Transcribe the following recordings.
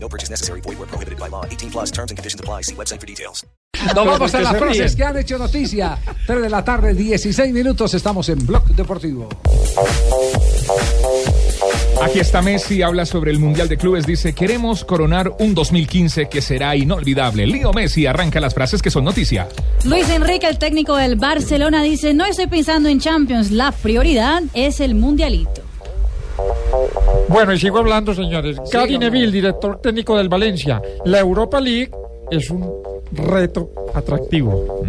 No purchase necessary. Void where prohibited by law. 18 plus terms and conditions apply. See website for details. Nos Pues, vamos a las frases que han hecho noticia. 3 de la tarde, 16 minutos. Estamos en Blog Deportivo. Aquí está Messi, habla sobre el Mundial de Clubes, dice, queremos coronar un 2015 que será inolvidable. Leo Messi arranca las frases que son noticia. Luis Enrique, el técnico del Barcelona, dice, no estoy pensando en Champions, la prioridad es el Mundialito. Bueno, y sigo hablando, señores. Gary Neville, director técnico del Valencia. La Europa League es un reto atractivo.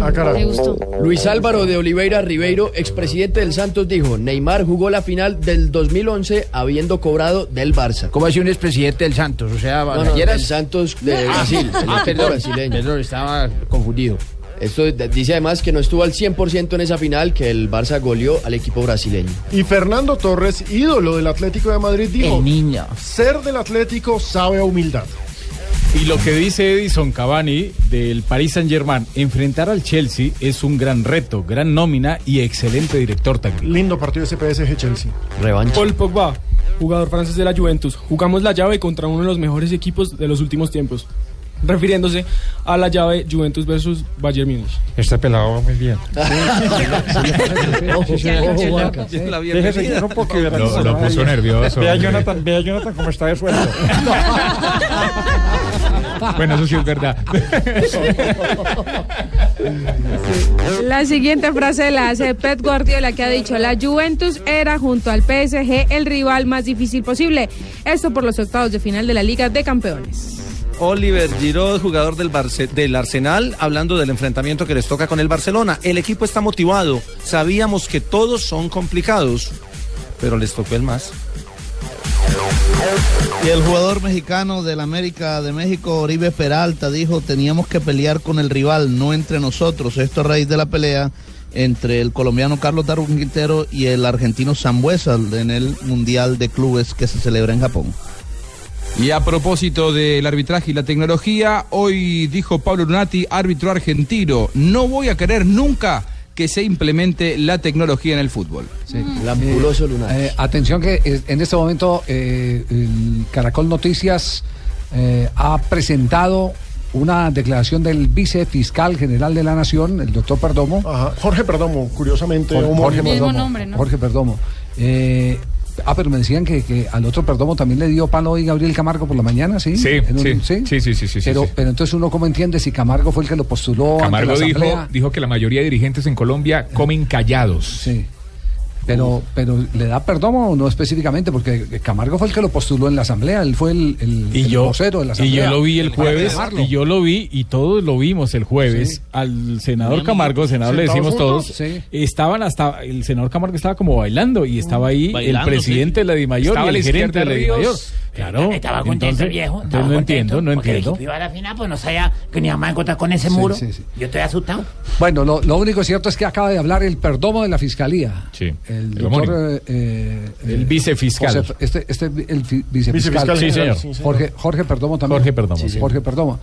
Ah, Me gustó. Luis Álvaro de Oliveira Ribeiro, expresidente del Santos, dijo, Neymar jugó la final del 2011 habiendo cobrado del Barça. ¿Cómo hace un expresidente del Santos? O sea, No, no, del Santos de Brasil, el Ah, equipo perdón, brasileño. perdón, estaba confundido. Esto de- dice además que no estuvo al 100% en esa final, que el Barça goleó al equipo brasileño. Y Fernando Torres, ídolo del Atlético de Madrid, dijo, El niño. ser del Atlético sabe a humildad. Y lo que dice Edison Cavani del Paris Saint-Germain, enfrentar al Chelsea es un gran reto, gran nómina y excelente director técnico. Lindo partido ese PSG Chelsea. Revancha. Paul Pogba, jugador francés de la Juventus. Jugamos la llave contra uno de los mejores equipos de los últimos tiempos. Refiriéndose a la llave Juventus versus Bayern Múnich. Este pelado va muy bien. Ojo, ojo, Juanca. Déjese llevar un poco de Lo, lo puso nervioso. Vea hombre. Jonathan, vea Jonathan cómo está de sueldo. Bueno, eso sí es verdad. La siguiente frase la hace Pep Guardiola que ha dicho, la Juventus era junto al PSG el rival más difícil posible. Esto por los octavos de final de la Liga de Campeones. Oliver Giroud, jugador del, Barce- del Arsenal, hablando del enfrentamiento que les toca con el Barcelona. El equipo está motivado. Sabíamos que todos son complicados, pero les tocó el más. Y el jugador mexicano del América de México, Oribe Peralta, dijo, teníamos que pelear con el rival, no entre nosotros. Esto a raíz de la pelea entre el colombiano Carlos Darwin Quintero y el argentino Sambuesa en el Mundial de Clubes que se celebra en Japón. Y a propósito del arbitraje y la tecnología, hoy dijo Pablo Lunati, árbitro argentino, no voy a querer nunca que se implemente la tecnología en el fútbol. Lampuloso lunar. Eh, atención que eh, en este momento eh, el Caracol Noticias eh, ha presentado una declaración del vicefiscal general de la Nación, el doctor Perdomo. Ajá. Jorge Perdomo, curiosamente, homónimo. Mismo nombre, ¿no? Jorge Perdomo. Eh, ah, pero me decían que, que al otro Perdomo también le dio palo hoy Gabriel Camargo por la mañana, ¿sí? Sí, En un- sí, sí, sí, sí, sí, Pero, sí. pero entonces uno cómo entiende si Camargo fue el que lo postuló ante Camargo la dijo, asamblea? dijo que la mayoría de dirigentes en Colombia comen callados. Sí. Pero, pero ¿le da Perdomo o no específicamente? Porque Camargo fue el que lo postuló en la asamblea, él fue el, el, Y el yo, vocero de la y asamblea. yo lo vi el Para jueves, llamarlo. y yo lo vi, y todos lo vimos el jueves, Sí. al senador Camargo, senador le ¿Sentados decimos todos, juntos? Sí. estaban hasta, el senador Camargo estaba como bailando, y estaba ahí el Bailando, presidente de la Dimayor Estaba y la el izquierda gerente de la Ríos. Dimayor. Claro, Estaba contento entonces- el viejo. entonces Estaba no contento, entiendo, no porque el entiendo. equipo iba a la final, pues no sabía que ni mamá a encontrar con ese Sí, muro. sí, sí. Yo estoy asustado. Bueno, lo, lo único cierto es que acaba de hablar el Perdomo de la fiscalía. Sí, El el doctor. homónimo. eh, eh, El eh, vicefiscal. José- este, este, el fi- vicefiscal. Vicefiscal Sí, general, señor. sí, señor. Jorge, Jorge Perdomo también. Jorge Perdomo, sí. Jorge Perdomo.